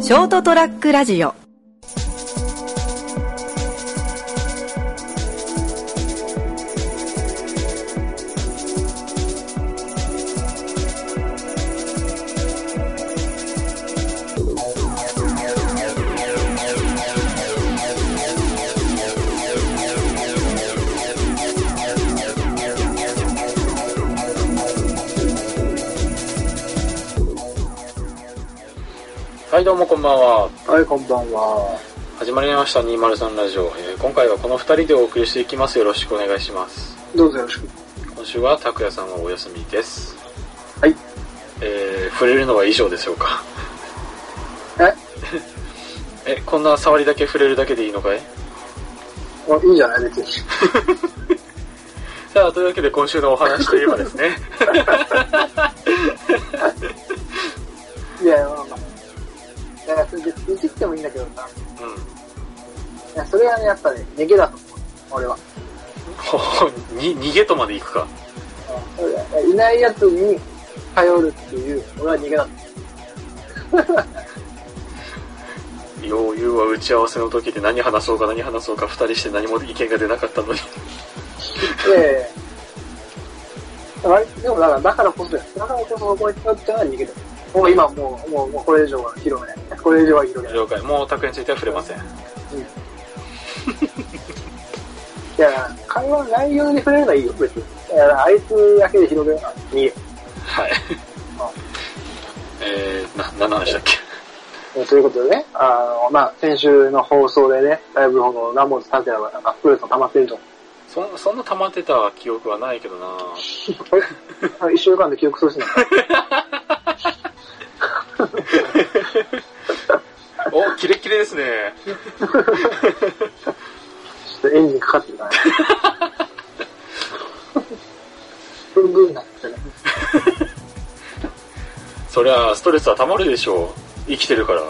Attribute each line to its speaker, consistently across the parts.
Speaker 1: ショートトラックラジオ
Speaker 2: はいどうもこんばんは
Speaker 3: はい、こんばんは。
Speaker 2: 始まりました203ラジオ、えー今回はこの2人でお送りしていきますよろしくお願いします
Speaker 3: どうぞよろしく。
Speaker 2: 今週は拓也さんはお休みです
Speaker 3: はい。
Speaker 2: えー、触れるのは以上でしょうか
Speaker 3: え
Speaker 2: えこんな触りだけ触れるだけでいいのかい
Speaker 3: おいいんじゃない別に。
Speaker 2: さあというわけで今週のお話といえばです ね
Speaker 3: いや、まあまあ。だから、それ別に言ってきてもいいんだけどさ。
Speaker 2: う
Speaker 3: いや、それはね、やっぱね、逃げだと思う。俺は。
Speaker 2: んほほに逃げとまで行くか
Speaker 3: うんそうだよいないやつに頼るっていう、俺は逃げだと思
Speaker 2: 余裕は打ち合わせの時で何話そうか何話そうか2人して何も意見が出なかったのに
Speaker 3: う。で、あれでもだから、だからこそだよ。だからこそ、そこに頼ってのは逃げだよ。もう今、もう、もう、もうこれ以上は広めない。これ以上は広めない。
Speaker 2: 了解もう拓也については触れません
Speaker 3: うんいや、会話の内容に触れるのはいいよ、別に。いや、あいつだけで広げるのは逃げ。
Speaker 2: はいえー、な何の話だっけ
Speaker 3: えーということでね、あの、まあ、先週の放送でね、だいぶこの、ラモンズ達也はなんかストレスが溜まってると。
Speaker 2: そんそんな溜まってた記憶はないけどな
Speaker 3: これ、あ一週間で記憶喪失なの。
Speaker 2: おキレッキレですね
Speaker 3: ちょっとエンジンかかってるからね。ブンブンなってね。
Speaker 2: そりゃストレスは溜まるでしょう生きてるから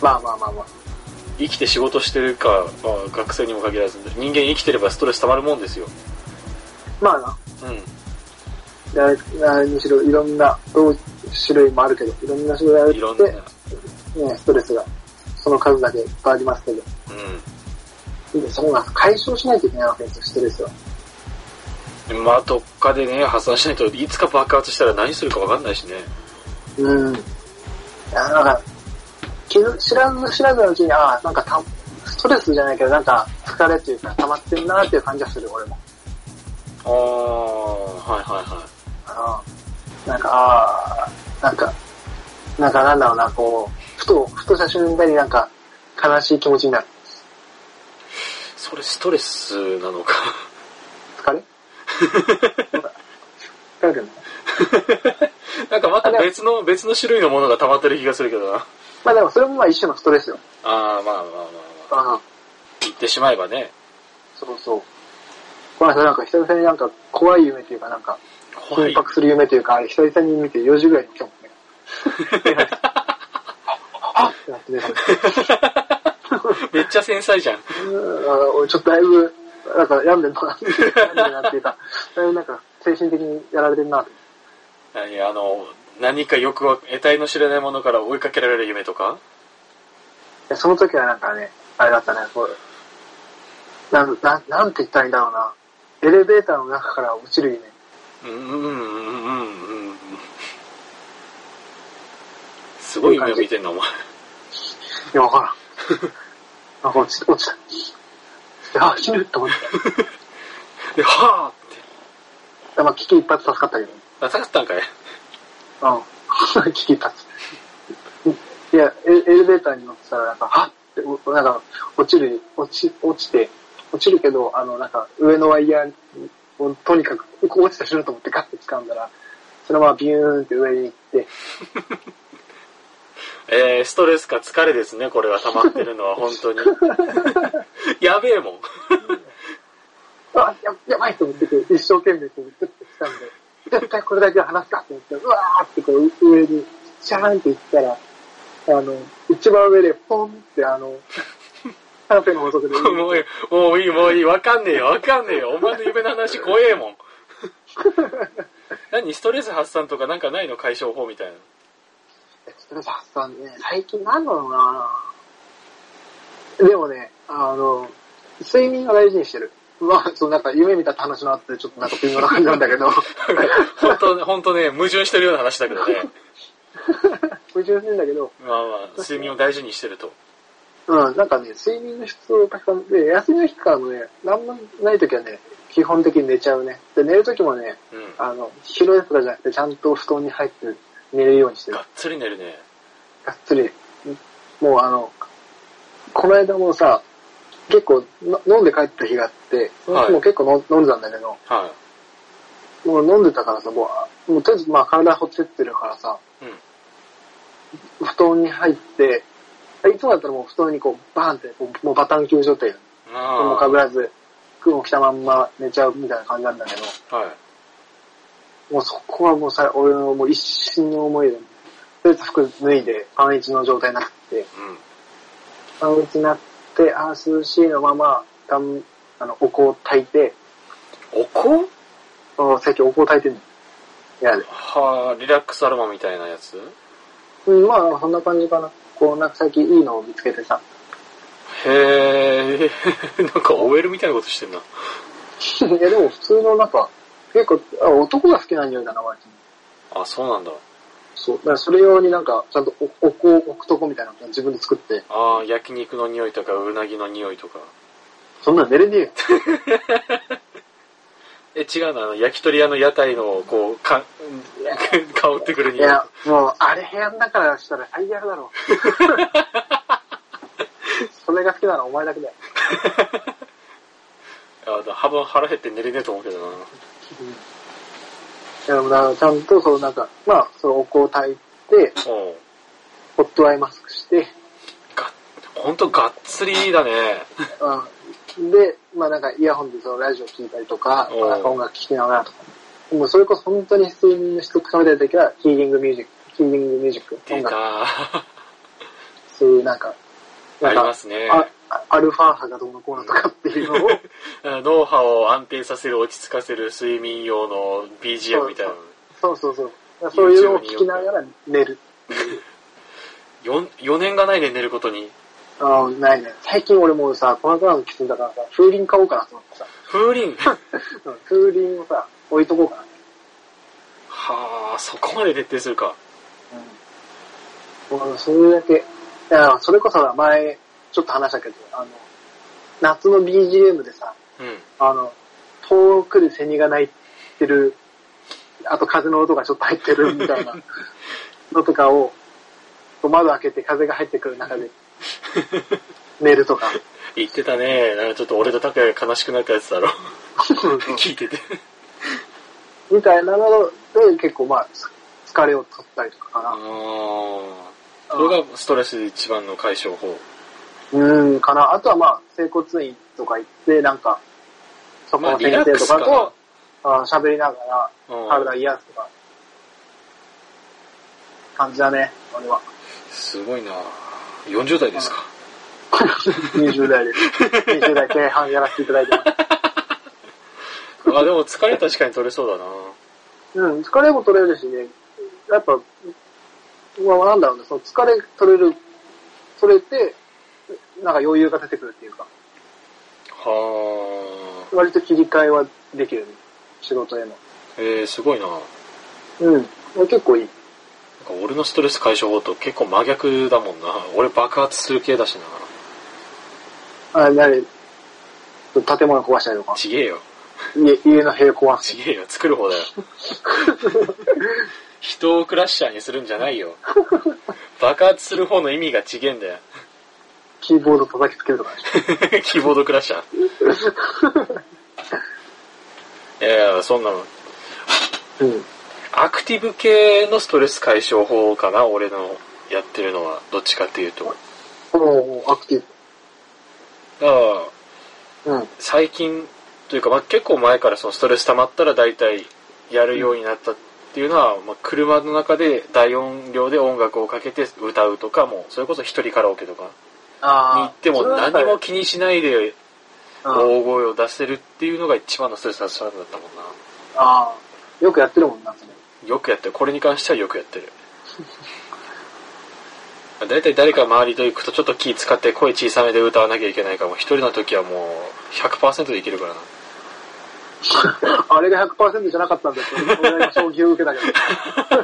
Speaker 3: まあまあまあまあ。
Speaker 2: 生きて仕事してるか、まあ、学生にも限らず人間生きてればストレス溜まるもんですよ
Speaker 3: まあな
Speaker 2: うん、
Speaker 3: 誰誰にしろいろんな、どう種類もあるけど、いろんな種類ある
Speaker 2: いろんな、うん、
Speaker 3: って、ね、ストレスが、その数だけいっぱいありますけど、でそこが解消しないといけないわけですよ、ストレスは。
Speaker 2: まあどっかでね発散しないといつか爆発したら何するか分かんないしね
Speaker 3: うん。あなんか、気づ知らず知らずのうちに、ああ、なんかた、ストレスじゃないけど、なんか疲れっていうか、溜まってるなっていう感じがする、俺も。
Speaker 2: ああはいはいは
Speaker 3: ああなんか、ああ、なんか、なんかなんだろうな、こう、ふと、ふとした瞬間になんか、悲しい気持ちになる。
Speaker 2: いそれストレスなのか
Speaker 3: 疲 れなんか疲れてるの
Speaker 2: なんかまた別の別の種類のものが溜まってる気がするけどな
Speaker 3: まあでもそれもまあ一種のストレスよ。
Speaker 2: ああまあまあまあまあ
Speaker 3: ああ
Speaker 2: 言ってしまえばね
Speaker 3: そうそう。この間なんか久々になんか怖い夢っていうかなんか、
Speaker 2: 怖い
Speaker 3: 緊迫する夢というか、あれ久々に見て4時ぐらいに今日もね。あっってなってね。
Speaker 2: めっちゃ繊細じゃん
Speaker 3: うーんあの俺ちょっとだいぶ、なんか病んでんのかな、病んでるなっていうか、だいぶなんか精神的にやられてるなって。
Speaker 2: 何あの何かよくは得体の知れないものから追いかけられる夢とか
Speaker 3: でその時はなんかね、あれだったね、こう、なん、なん、なんて言ったらいいんだろうな。エレベーターの中から落ちる夢。
Speaker 2: うんうんうんうんうんうんすごい夢見てんなお前
Speaker 3: いや、わからん。なんか落ち、落ちた。あ、死ぬって思って
Speaker 2: ではあって
Speaker 3: た。まあ、危機一発助かったけど。
Speaker 2: あ下がったんかい
Speaker 3: うん。 聞きたっいやエ、エレベーターに乗ってたら、なんか、はっって、おなんか、落ちる、落ち、落ちて、落ちるけど、あの、なんか、上のワイヤーを、とにかく、落ちたしろと思ってガッて掴んだら、そのままビューンって上に行って、
Speaker 2: えー、ストレスか疲れですねこれは溜まってるのは本 当にやべえもん
Speaker 3: うわ、や、やばいと思ってて、一生懸命こう、グッて掴んで、絶対これだけは離すかと思って、うわーってこう、上に、シャーンって行ったら、あの、一番上で、ポンって、あの、カーペンの法則で、
Speaker 2: もういいもういいもういいわかんねえよわかんねえよお前の夢の話怖えもん何ストレス発散とかなんかないの解消法みたいな
Speaker 3: スさすがにね、最近なんだろうなでもね、あの、睡眠は大事にしてる。まあ、そのなんか夢見たって話のあって、ちょっとなんか微妙な感じなん だけど、
Speaker 2: 本当ね、本当ね、矛盾してるような話だけどね。
Speaker 3: 矛盾するんだけど、
Speaker 2: まあまあ、睡眠を大事にしてると。
Speaker 3: うん、なんかね、睡眠の質を高めて、休みの日からもね、なんもない時はね、基本的に寝ちゃうね。で、寝る時もね、
Speaker 2: うん。が
Speaker 3: あの、広いとかじゃなくて、ちゃんと布団に入って寝れるようにしてる
Speaker 2: っ。つり寝るね。
Speaker 3: がっつり。もうあの、この間もさ、結構の飲んで帰った日があって、その
Speaker 2: はい
Speaker 3: 日も結構の飲んでたんだけど、
Speaker 2: は
Speaker 3: もう飲んでたからさ、もうあ、もうとりあえずまあ体ほってってるからさ、
Speaker 2: い。うん。
Speaker 3: 布団に入って、いつもだったらもう布団にこうバーンって、こうもうバタン球状態よ。
Speaker 2: あ
Speaker 3: もう
Speaker 2: あ。
Speaker 3: かぶ
Speaker 2: は
Speaker 3: らず、服も着たまんま寝ちゃうみたいな感じなんだけど、
Speaker 2: い。
Speaker 3: もうそこはもうさ、俺のもう一心の思いで、とりあえず服脱いで、パンイチの状態になって、
Speaker 2: うん。
Speaker 3: パンイチになって、あー涼しいのまま、たんあの、お香を炊いて、
Speaker 2: おこ
Speaker 3: あの最近お香炊いてんの。いや、
Speaker 2: はあ、リラックスアロマみたいなやつ
Speaker 3: うん、まあ、そんな感じかな。こう、なんか最近いいのを見つけてさ。
Speaker 2: へえ、 なんか OL みたいなことしてんな。
Speaker 3: いや、でも普通のなんか、結構、あ男が好きな匂いだな、割と。
Speaker 2: あ、そうなんだ。
Speaker 3: そう。だからそれ用になんか、ちゃんとおお香を置くとこみたいなのを自分で作って、
Speaker 2: ああ、焼肉の匂いとか、うなぎの匂いとか。
Speaker 3: そんなの寝れねえよ。
Speaker 2: え、違うな、あの、焼き鳥屋の屋台の、こう、か、 香ってくる
Speaker 3: い
Speaker 2: 匂い。
Speaker 3: や、もう、あれ部屋の中からしたら最悪だろ。 それが好きなのはお前だけだよ。
Speaker 2: あだ半分腹減って寝れねえと思うけどな。
Speaker 3: いや、でもだからちゃんと、そのなんか、まあ、そのお香を炊いて、
Speaker 2: おう
Speaker 3: ホットアイマスクして、
Speaker 2: が、ほんとがっつりだね。
Speaker 3: うん。で、まあなんかイヤホンでそのラジオ聞いたりとか、
Speaker 2: おう
Speaker 3: まあ、なんか音楽聴きながらとか。もうそれこそ本当に睡眠の質を高めたい時は、ヒーリングミュージック、ヒーリングミュージック、
Speaker 2: 出
Speaker 3: 音楽、
Speaker 2: た。あ
Speaker 3: そういうなんか、なん
Speaker 2: り
Speaker 3: か
Speaker 2: ま、すね。
Speaker 3: ああアルファ波がどうのこうのとかっていうのを、
Speaker 2: 脳波を安定させる、落ち着かせる睡眠用の BGM みたいなの。
Speaker 3: そうそうそう。そういうのを聞きながら寝る。
Speaker 2: 4, 4年がないね、寝ることに。
Speaker 3: ああ、ないね。最近俺もうさ、細かく気づいたからさ、風鈴買おうかなと思ってさ、
Speaker 2: 風鈴
Speaker 3: うん風鈴をさ、置いとこうかな。
Speaker 2: はあ、そこまで徹底するか。
Speaker 3: うん。もうそれだけ、いや、それこそさ前、ちょっと話したけど、あの、夏の BGM でさ、
Speaker 2: うん。
Speaker 3: あの、遠くでセミが鳴いてる、あと風の音がちょっと入ってるみたいなのとかを、窓開けて風が入ってくる中で、寝るとか。
Speaker 2: 言ってたね。なんかちょっと俺と拓也が悲しくなったやつだろ。 聞いてて。
Speaker 3: みたいなので、結構まあ、つ疲れを取ったりとかか
Speaker 2: あ
Speaker 3: な。
Speaker 2: あ。それがストレス一番の解消法。
Speaker 3: うん、かな。あとはまあ、整骨院とか行って、なんか、そこ
Speaker 2: まあ、
Speaker 3: の
Speaker 2: リ
Speaker 3: 先
Speaker 2: ラッ
Speaker 3: 生
Speaker 2: ク
Speaker 3: と
Speaker 2: スか
Speaker 3: か
Speaker 2: な。
Speaker 3: とあー喋りながら、
Speaker 2: うん
Speaker 3: 体癒すとか、感じだね、俺は。
Speaker 2: すごいな。40代ですか。
Speaker 3: 20代です。20代前半やらせていただいてます。
Speaker 2: あ、でも疲れ確かに取れそうだな。
Speaker 3: うん、疲れも取れるしね、やっぱ、まあ、なんだろうね、その疲れ取れる、取れて、なんか余裕が出てくるっていうか、
Speaker 2: はあ。
Speaker 3: 割と切り替えはできる、ね、仕事への。
Speaker 2: えー、すごいな。なんか
Speaker 3: うん、結構いい。
Speaker 2: 俺のストレス解消法と結構真逆だもんな。俺爆発する系だしな。
Speaker 3: あ、なに、建物壊したりとか、
Speaker 2: ちげえよ。
Speaker 3: 家、家の塀壊す。
Speaker 2: ちげえよ。作る方だよ。人をクラッシャーにするんじゃないよ。爆発する方の意味がちげえんだよ。
Speaker 3: キーボード叩きつけるとかでし
Speaker 2: キーボードクラッシャー。いやいや、そんなの。
Speaker 3: ょ。うん。
Speaker 2: アクティブ系のストレス解消法かな、俺のやってるのは。どっちかっていうと。だか
Speaker 3: おーアクティ
Speaker 2: ら、
Speaker 3: ブ。うん。
Speaker 2: 最近というか、まあ、結構前からそのストレス溜まったら大体やるようになったっていうのは、まあ、車の中で大音量で音楽をかけて歌うとかも、それこそ一人カラオケとかに行
Speaker 3: あ
Speaker 2: っても何も気にしないで
Speaker 3: あ
Speaker 2: 大声を出せるっていうのが一番のストレス発散だったもんな。
Speaker 3: あー。よくやってるもんな、それ。
Speaker 2: よくやってる。これに関してはよくやってる。だいたい誰か周りと行くとちょっと気使って声小さめで歌わなきゃいけないからもう一人の時はもう100%でいけるからな
Speaker 3: あれが100%じゃなかったんだけど、俺が衝撃を受けたけど。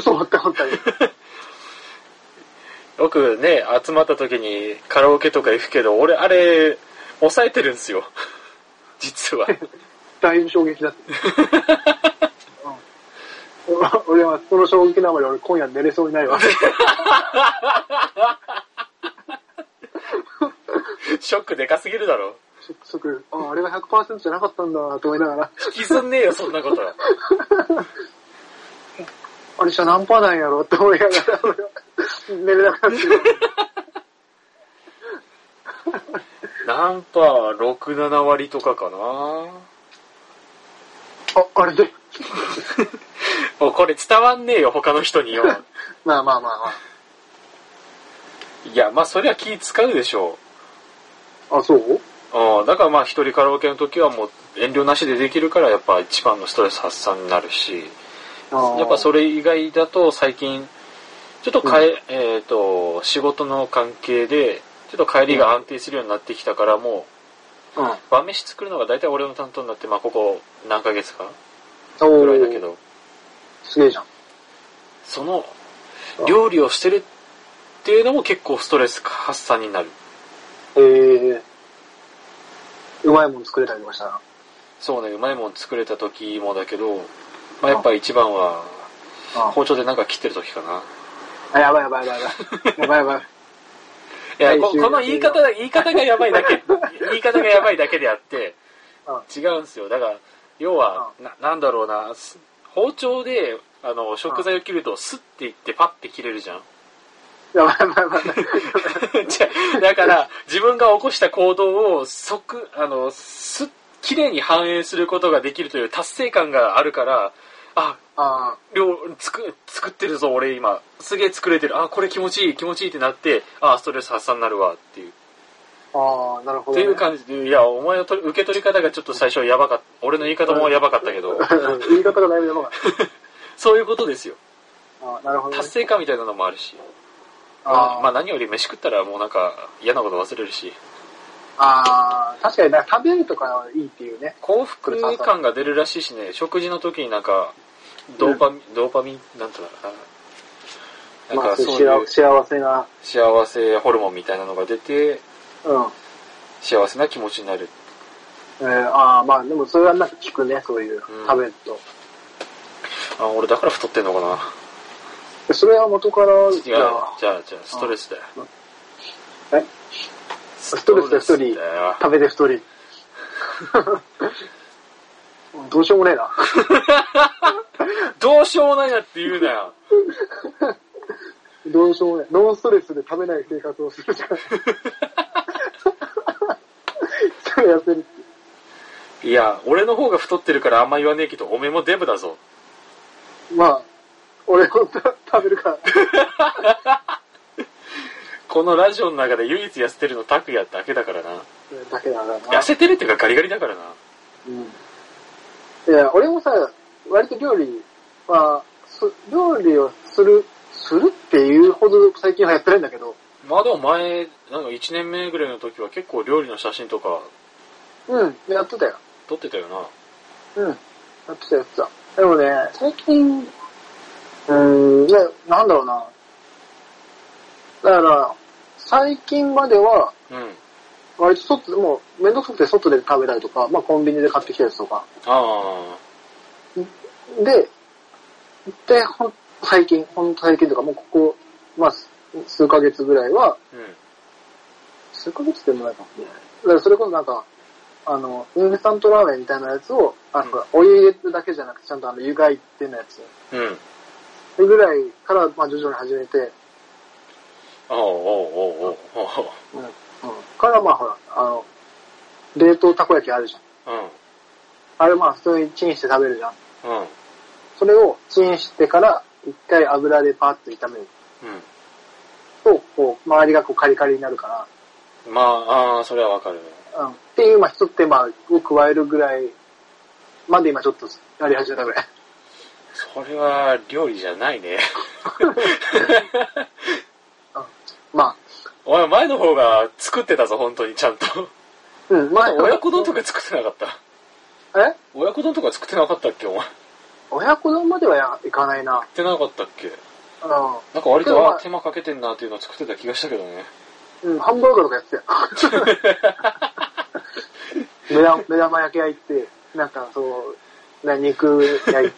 Speaker 3: 嘘って本当に。
Speaker 2: よくね集まった時にカラオケとか行くけど俺あれ抑えてるんですよ実は
Speaker 3: だいぶ衝撃だった。うん俺はその衝撃のあまり俺今夜寝れそう にないわ。
Speaker 2: ショックでかすぎるだろ
Speaker 3: すぐ、ああれが100%じゃなかったんだなと思いながら、
Speaker 2: 引きずんねえよそんなことは
Speaker 3: あれじゃ何パーなんやろって思いながら、俺は寝れなかった。
Speaker 2: ナンパは67割とかかな
Speaker 3: あ、あれで。
Speaker 2: もうこれ伝わんねえよ他の人によ
Speaker 3: まあまあまあ
Speaker 2: いやまあそりゃ気使うでしょ
Speaker 3: まあ。あ、そう
Speaker 2: う、うん、だからまあ一人カラオケの時はもう遠慮なしでできるからやっぱ一番のストレス発散になるしやっぱそ
Speaker 3: れ。
Speaker 2: れ以外だと最近ちょっとかえ、えっ、と仕事の関係でちょっと帰りが安定するようになってきたからも
Speaker 3: うん。
Speaker 2: う晩飯作るのが大体俺の担当になってまあここ何ヶ月か
Speaker 3: お
Speaker 2: ぐらいだけ
Speaker 3: ー
Speaker 2: ど
Speaker 3: すげえじゃん。
Speaker 2: その料理をしてるっていうのも結構ストレス発散になる
Speaker 3: えー、うまいもの作れたりとかしたら。
Speaker 2: そうねうまいもん作れた時もだけど、まあ、やっぱ一番は
Speaker 3: あ
Speaker 2: 包丁でなんか切ってる時かな
Speaker 3: あ、やばいやばいやばいやばい。やばいやばい。
Speaker 2: いや
Speaker 3: はい
Speaker 2: こ
Speaker 3: 終了
Speaker 2: この言い方が言い方がやばいだ け言い方がやばいだけであって違うんですよだから要はななんだろうなす包丁であの食材を切るとスッていってパッて切れるじゃん
Speaker 3: やばいやばいやばい。
Speaker 2: じゃあだから自分が起こした行動を即あのす綺麗に反映することができるという達成感があるからあ
Speaker 3: あ
Speaker 2: 料作作ってるぞ俺今すげえ作れてるあこれ気持ちいい気持ちいいってなってあストレス発散になるわっていう
Speaker 3: あ、ああ、なる
Speaker 2: っ
Speaker 3: ほど、
Speaker 2: て
Speaker 3: ね。
Speaker 2: いう感じでいやお前の取り受け取り方がちょっと最初やばかった俺の言い方もやばかったけど
Speaker 3: うん言い方がだいぶやばかっ
Speaker 2: そういうことですよ
Speaker 3: た。ああ、なるほど、ね
Speaker 2: 達。成感みたいなのもあるし
Speaker 3: あー、
Speaker 2: まあ何より飯食ったらもうなんか嫌なこと忘れるし
Speaker 3: あー、確かに、だから食べるとかはいいっていうね。
Speaker 2: 幸福感が出るらしいしね食事の時になんかドーパミン、ドーパミンなんていうのかなな
Speaker 3: ま
Speaker 2: んか
Speaker 3: あ、そう
Speaker 2: そうい
Speaker 3: いうう幸せな、
Speaker 2: 幸せホルモンみたいなのが出て
Speaker 3: うん。
Speaker 2: 幸せな気持ちになる
Speaker 3: えー、ああ、まあ、でもそれはなんか聞くね、そういう、
Speaker 2: うん
Speaker 3: 食べると。
Speaker 2: あ俺だから太ってんのかな
Speaker 3: それは元から、
Speaker 2: 違う
Speaker 3: あ
Speaker 2: じゃあじゃあストレスだよ
Speaker 3: え
Speaker 2: ス
Speaker 3: トレ
Speaker 2: ト
Speaker 3: スだよ
Speaker 2: レスだよ
Speaker 3: ー食べて太り。 どうしようもねえな。
Speaker 2: どうしようもないなって言うなよ
Speaker 3: どうしようもねえ。ノンストレスで食べない生活をする しかない。それ痩せる。
Speaker 2: いや俺の方が太ってるからあんま言わねえけどおめえもデブだぞ
Speaker 3: まあ、俺もた食べ るから。
Speaker 2: このラジオの中で唯一痩せてるの拓也だけだからな
Speaker 3: だけだからな。
Speaker 2: 痩せてるっていうかガリガリだからな
Speaker 3: うん。いや、俺もさ、割と料理は、す料理をする、するっていうほど最近はやってないんだけど、
Speaker 2: まあでも前なんか1年目ぐらいの時は結構料理の写真とか
Speaker 3: うん、やってたよ。
Speaker 2: 撮ってたよな
Speaker 3: うん。やってたやってた。でもね、最近、うーん、いや、なんだろうな。だから、最近までは、
Speaker 2: うん
Speaker 3: 割と外、もう、めんどくさくて外で食べたりとか、まあコンビニで買ってきたやつとか。
Speaker 2: あ
Speaker 3: で、で、ほん、最近、ほんと最近とか、もうここ、まあ、す数ヶ月ぐらいは、
Speaker 2: あうん
Speaker 3: 数ヶ月でもないかもしれない。だからそれこそなんか、あの、インスタントラーメンみたいなやつを、あ
Speaker 2: うん
Speaker 3: の、お湯入れるだけじゃなくて、ちゃんとあの、湯がいてのやつ。
Speaker 2: うん
Speaker 3: ぐらいから、まあ、徐々に始めて、
Speaker 2: ああおうおうおうおう
Speaker 3: うん。うん。から、まあ、ほら、あの、冷凍たこ焼きあるじゃん。
Speaker 2: う
Speaker 3: あれ、まあ、普通にチンして食べるじゃん。
Speaker 2: んうんうん
Speaker 3: それをチンしてから、一回油でパーッと炒めると、こう、周りがこうカリカリになるから、
Speaker 2: まあああそれはわかる
Speaker 3: うんっていう、まあ、一手間を加えるぐらいまで今ちょっとやり始めたぐらい。
Speaker 2: そこれは料理じゃないね。
Speaker 3: ま
Speaker 2: お前前の方が作ってたぞ、本当にちゃんと。
Speaker 3: あ、うん、前
Speaker 2: 親子丼とか作ってなかった。
Speaker 3: え
Speaker 2: 親子丼とか作ってなかったっけ、お前。作
Speaker 3: 親子丼まではやいかないな。
Speaker 2: ってなかったっけ。
Speaker 3: う
Speaker 2: なんか割
Speaker 3: でも
Speaker 2: と、
Speaker 3: まあ
Speaker 2: あ手間かけてんなっていうのを作ってた気がしたけどね。
Speaker 3: ん。うん、ハンバーガーとかやってたよ。 目玉目玉焼き焼いて、なんかそう、な肉焼いて、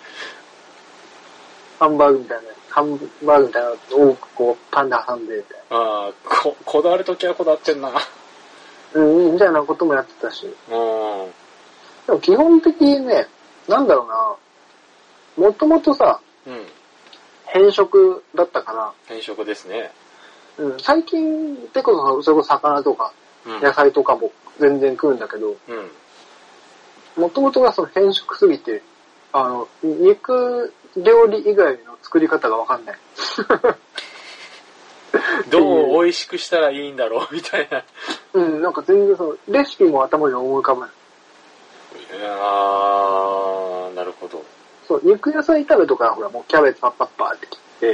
Speaker 3: ハンバーグみたいな、ハンバーグみたいなのをこうパンで挟んでみたい
Speaker 2: ああ、こ、こだわるときはこだわってんな。
Speaker 3: な、うん、みたいなこともやってたし。
Speaker 2: うん。
Speaker 3: でも基本的にね、なんだろうな、もともとさ、
Speaker 2: うん。
Speaker 3: 変色だったか
Speaker 2: 変色ですね。
Speaker 3: ら、うん、最近ってこそ、それこそ魚とか
Speaker 2: うん。
Speaker 3: 野菜とかも全然食うんだけど、
Speaker 2: うん。
Speaker 3: もともとがその変色すぎて、あの、肉料理以外の作り方がわかんない。
Speaker 2: どう美味しくしたらいいんだろう、みたいな。
Speaker 3: うん、なんか全然その、レシピも頭に思い浮かばない。
Speaker 2: ああ、なるほど。
Speaker 3: そう、肉野菜炒めとか、ほら、もうキャベツパッパッパーって切って、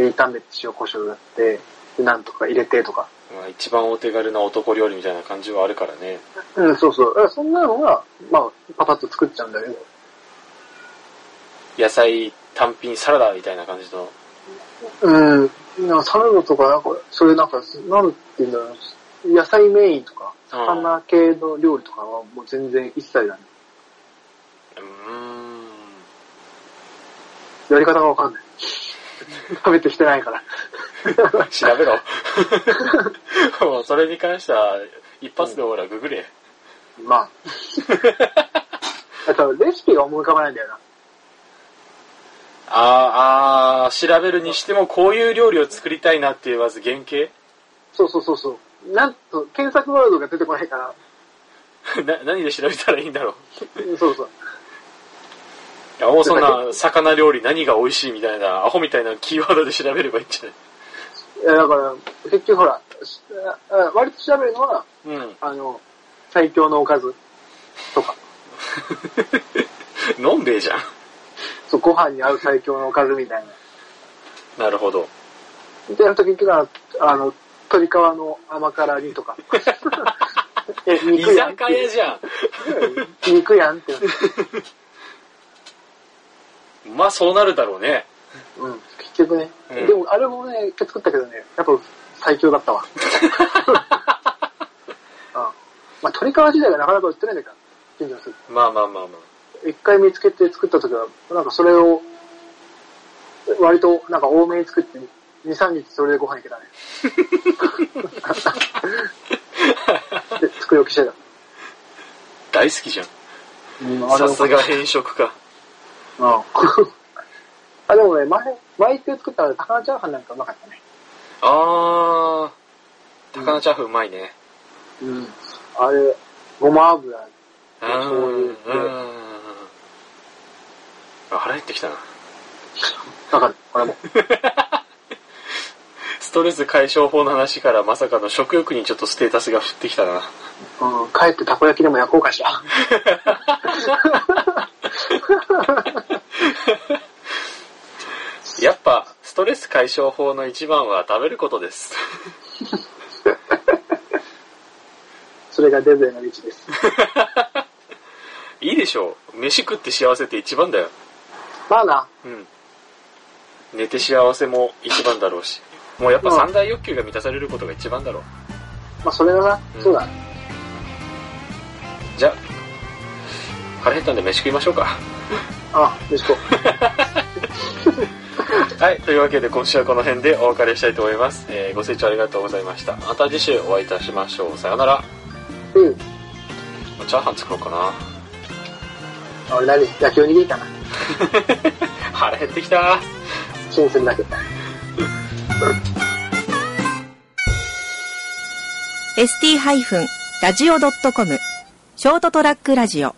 Speaker 3: で、炒めて塩コショウやって、で、なんとか入れてとか。
Speaker 2: まあ、一番お手軽な男料理みたいな感じはあるからね。
Speaker 3: うん、そうそう。だからそんなのが、まあ、パパッと作っちゃうんだけど。
Speaker 2: 野菜単品サラダみたいな感じの。
Speaker 3: うん、なんかサラダとか、なんか、そういうなんか、なんて言うんだろう、野菜メインとか、
Speaker 2: うん
Speaker 3: 魚系の料理とかはもう全然一切だね。
Speaker 2: うーん。
Speaker 3: やり方がわかんない。 食べてきてないから。
Speaker 2: 調べろ。 もうそれに関しては、一発でほら、ググれ。
Speaker 3: まあ。あと、レシピが思い浮かばないんだよな。
Speaker 2: あーあー、調べるにしても、こういう料理を作りたいなっていう、まず原型
Speaker 3: そうそうそうそう。なんと、検索ワードが出てこないから。
Speaker 2: な何で調べたらいいんだろう。
Speaker 3: うんそうそう。
Speaker 2: いや、もうそんな、魚料理何が美味しいみたいな、アホみたいなキーワードで調べればいいんじゃ
Speaker 3: いや、だから、結局ほら、しあ割と調べるのは、
Speaker 2: ない うん。
Speaker 3: あの、最強のおかずとか、
Speaker 2: のんべえじゃん。
Speaker 3: そう、ご飯に合う最強のおかずみたいな。
Speaker 2: なるほど。
Speaker 3: で、あと結局は、あの、鶏皮の甘辛煮とか。 いや
Speaker 2: 居
Speaker 3: 肉やんって
Speaker 2: 酒屋じゃ
Speaker 3: 肉やんって。
Speaker 2: ん。まあ、そうなるだろうね。
Speaker 3: うん、結局ね。
Speaker 2: うん
Speaker 3: でも、あれもね、一回作ったけどね、やっぱ最強だ ったわ。うん、まあ、鳥皮自体がなかなか売ってないんだから、近所の人
Speaker 2: まあまあまあまあ。
Speaker 3: 一回見つけて作った時は、なんかそれを、割となんか多めに作って、2、3日それでご飯いけたね。 で作り置きしてた。
Speaker 2: 大好きじゃん。
Speaker 3: うんあれ
Speaker 2: さすが変色か。
Speaker 3: うん。 あ、でもね、前、前一回作ったら高菜チャーハンなんかうまかったね。
Speaker 2: あー、高菜チャーハンうまいね。
Speaker 3: うん。あれ、ごま油。
Speaker 2: う、
Speaker 3: うんそう
Speaker 2: う
Speaker 3: い
Speaker 2: ん
Speaker 3: う。
Speaker 2: あ、腹減ってきたな。
Speaker 3: わかる。これ も。
Speaker 2: ストレス解消法の話からまさかの食欲にちょっとステータスが降ってきたな。
Speaker 3: うん。帰ってたこ焼きでも焼こうかしら。
Speaker 2: やっぱ、ストレス解消法の一番は食べることです。
Speaker 3: それがデゼの道 です。
Speaker 2: いいでしょう。飯食って幸せって一番だよ。
Speaker 3: まあな。
Speaker 2: うん。寝て幸せも一番だろうし。もうやっぱ三大欲求が満たされることが一番だろう。
Speaker 3: まあそれがな。
Speaker 2: うん
Speaker 3: そうだ。
Speaker 2: じゃあ、腹減ったんで飯食いましょうか。
Speaker 3: あ、よしこ。
Speaker 2: はい、というわけで今週はこの辺でお別れしたいと思います。えーご清聴ありがとうございました。また次週お会いいたしましょう。さようなら。
Speaker 3: うん。
Speaker 2: チャーハン作ろうかな。
Speaker 3: 俺何焼きおにぎりかな。
Speaker 2: 腹減ってきた。
Speaker 3: 新鮮だけ。
Speaker 1: ST-radio.com ショートトラックラジオ